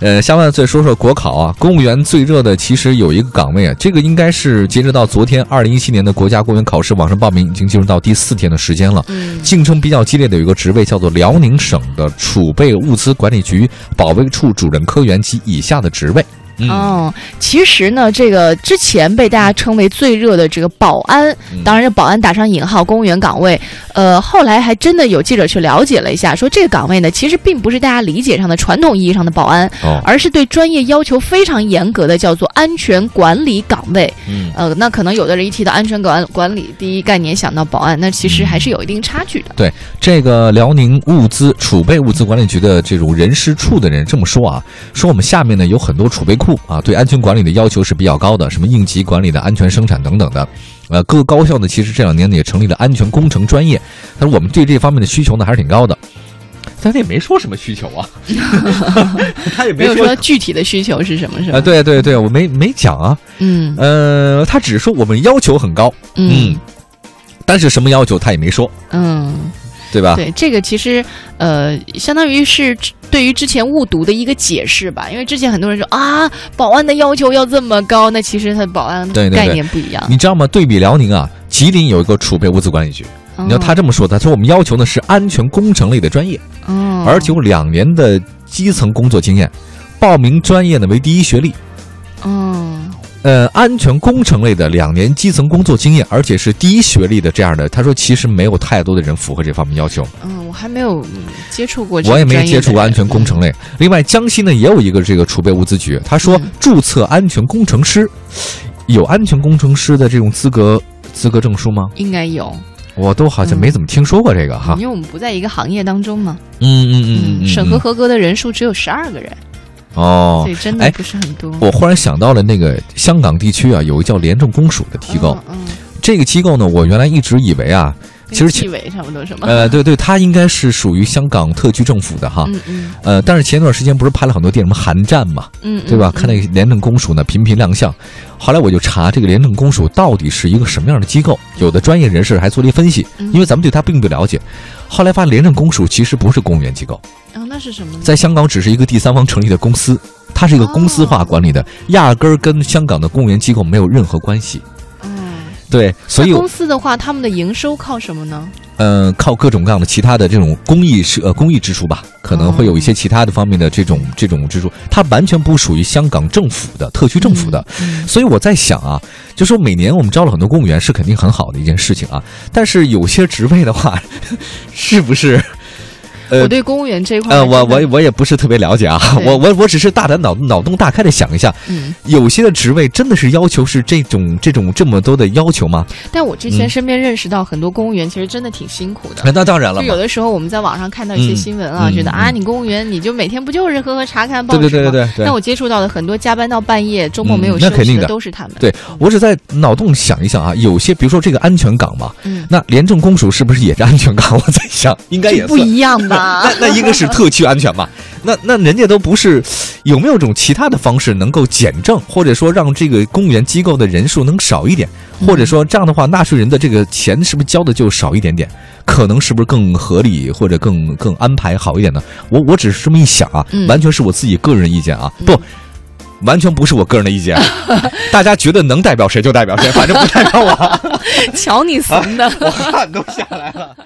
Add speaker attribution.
Speaker 1: 呃，下面再说说国考啊，公务员最热的其实有一个岗位啊，这个应该是截止到昨天，二零一七年的国家公务员考试网上报名已经进入到第四天的时间了。
Speaker 2: 嗯
Speaker 1: 竞争比较激烈的有一个职位叫做辽宁省的储备物资管理局保卫处主任科员及以下的职位。嗯，
Speaker 2: 哦，其实呢，这个之前被大家称为最热的这个保安，
Speaker 1: 嗯
Speaker 2: 当然这保安打上引号，公务员岗位，呃，后来还真的有记者去了解了一下，说这个岗位呢，其实并不是大家理解上的传统意义上的保安，
Speaker 1: 哦，
Speaker 2: 而是对专业要求非常严格的叫做安全管理岗位。
Speaker 1: 嗯，
Speaker 2: 呃，那可能有的人一提到安全管管理，第一概念想到保安，那其实
Speaker 1: 嗯
Speaker 2: 还是有一定差距的。
Speaker 1: 这个辽宁物资储备物资管理局的这种人事处的人这么说啊，说我们下面呢有很多储备库啊，对安全管理的要求是比较高的，什么应急管理的、安全生产等等的。呃，各个高校呢，其实这两年呢也成立了安全工程专业，但是我们对这方面的需求呢还是挺高的。但他也没说什么需求 啊，
Speaker 3: 他也
Speaker 2: 没有说具体的需求是什么，是吧？
Speaker 1: 啊，对对对，我没没讲啊，
Speaker 2: 嗯
Speaker 1: 呃，他只是说我们要求很高，
Speaker 2: 嗯
Speaker 1: 嗯但是什么要求他也没说，
Speaker 2: 嗯。
Speaker 1: 对吧？
Speaker 2: 对，这个其实呃，相当于是之对于之前误读的一个解释吧，因为之前很多人说啊，保安的要求要这么高，那其实它保安
Speaker 1: 对对对
Speaker 2: 概念不一样。嗯
Speaker 1: 你知道吗？对比辽宁啊，吉林有一个储备物资管理局，
Speaker 2: 嗯
Speaker 1: 你要他这么说，他说我们要求呢是安全工程类的专业，
Speaker 2: 哦，
Speaker 1: 而且有两年的基层工作经验，报名专业呢为第一学历。
Speaker 2: 嗯，
Speaker 1: 呃，安全工程类的两年基层工作经验，而且是第一学历的这样的，他说其实没有太多的人符合这方面要求。
Speaker 2: 嗯，我还没有嗯接触过，
Speaker 1: 我也没接触过安全工程。类。另外，江西呢也有一个这个储备物资局，他说
Speaker 2: 嗯
Speaker 1: 注册安全工程师，有安全工程师的这种资格资格证书吗？
Speaker 2: 应该有，
Speaker 1: 我都好
Speaker 2: 嗯
Speaker 1: 像没怎么听说过这个哈
Speaker 2: 因。为我们不在一个行业当中嘛。
Speaker 1: 嗯嗯嗯嗯嗯，
Speaker 2: 嗯审核合格的人数只有十二个人，
Speaker 1: 哦
Speaker 2: 所。以真
Speaker 1: 哎
Speaker 2: 的不是很多。
Speaker 1: 我忽然想到了那个香港地区啊，有一个叫廉政公署的机构。
Speaker 2: 嗯，嗯
Speaker 1: 这个机构呢，我原来一直以为啊，其实
Speaker 2: 跟
Speaker 1: 其
Speaker 2: 纪委差不多是吗？
Speaker 1: 呃，对对，它应该是属于香港特区政府的哈。
Speaker 2: 嗯嗯
Speaker 1: 呃，但是前段时间不是拍了很多电影，什么《寒战》嘛，
Speaker 2: 嗯，
Speaker 1: 对吧？
Speaker 2: 嗯
Speaker 1: 看那个廉政公署呢频频亮相，后来我就查这个廉政公署到底是一个什么样的机构，有的专业人士还做了一分析，
Speaker 2: 嗯
Speaker 1: 因为咱们对它并不了解。后来发现廉政公署其实不是公务员机构，
Speaker 2: 啊，那是什么呢？
Speaker 1: 在香港只是一个第三方成立的公司，它是一个公司
Speaker 2: 哦
Speaker 1: 化管理的，压根儿跟香港的公务员机构没有任何关系。
Speaker 2: 嗯。
Speaker 1: 对，所以
Speaker 2: 那公司的话，他们的营收靠什么呢？
Speaker 1: 嗯、呃靠各种各样的其他的这种公益是呃公益支出吧，可能会有一
Speaker 2: 哦
Speaker 1: 些其他的方面的这种这种支出，它完全不属于香港政府的特区政府的。
Speaker 2: 嗯
Speaker 1: 所以我在想啊，就说每年我们招了很多公务员是肯定很好的一件事情啊，但是有些职位的话， 是不是？呃
Speaker 2: 我对公务员这一块
Speaker 1: 呃，
Speaker 2: 哦还真的，
Speaker 1: 我我我也不是特别了解啊，
Speaker 2: 对
Speaker 1: 我我我只是大胆脑脑洞大开的想一下，
Speaker 2: 嗯，
Speaker 1: 有些的职位真的是要求是这种这种这么多的要求吗？
Speaker 2: 但我之前
Speaker 1: 嗯
Speaker 2: 身边认识到很多公务员，其实真的挺辛苦的。
Speaker 1: 啊那当然了
Speaker 2: 就
Speaker 1: 嘛
Speaker 2: 有，的时候我们在网上看到一些
Speaker 1: 嗯
Speaker 2: 新闻啊，
Speaker 1: 嗯
Speaker 2: 觉得啊，
Speaker 1: 嗯
Speaker 2: 你公务员你就每天不就是喝喝茶、看报
Speaker 1: 对
Speaker 2: 纸
Speaker 1: 对
Speaker 2: 吗？
Speaker 1: 对对对对
Speaker 2: 但。我接触到的很多加班到半夜、周末没有
Speaker 1: 嗯
Speaker 2: 休
Speaker 1: 那肯
Speaker 2: 息
Speaker 1: 定的
Speaker 2: 都是他们。
Speaker 1: 对，我只在脑洞想一想啊，有些比如说这个安全岗嘛，
Speaker 2: 嗯，
Speaker 1: 那廉政公署是不是也是安全岗？ 我在想，应该也
Speaker 2: 这不
Speaker 1: 算
Speaker 2: 一样吧
Speaker 1: 那？那应该是特区安全吧？那那人家都不是，有没有种其他的方式能够减政，或者说让这个公务员机构的人数能少一点，
Speaker 2: 嗯
Speaker 1: 或者说这样的话，纳税人的这个钱是不是交的就少一点点？可能是不是更合理或者更更安排好一点呢？我我只是这么一想啊
Speaker 2: 嗯，
Speaker 1: 完全是我自己个人意见啊，不
Speaker 2: 嗯。
Speaker 1: 完全不是我个人的意 见，啊大家觉得能代表谁就代表谁，反正不代表我。
Speaker 2: 瞧你怂的！
Speaker 3: 我汗都下来了。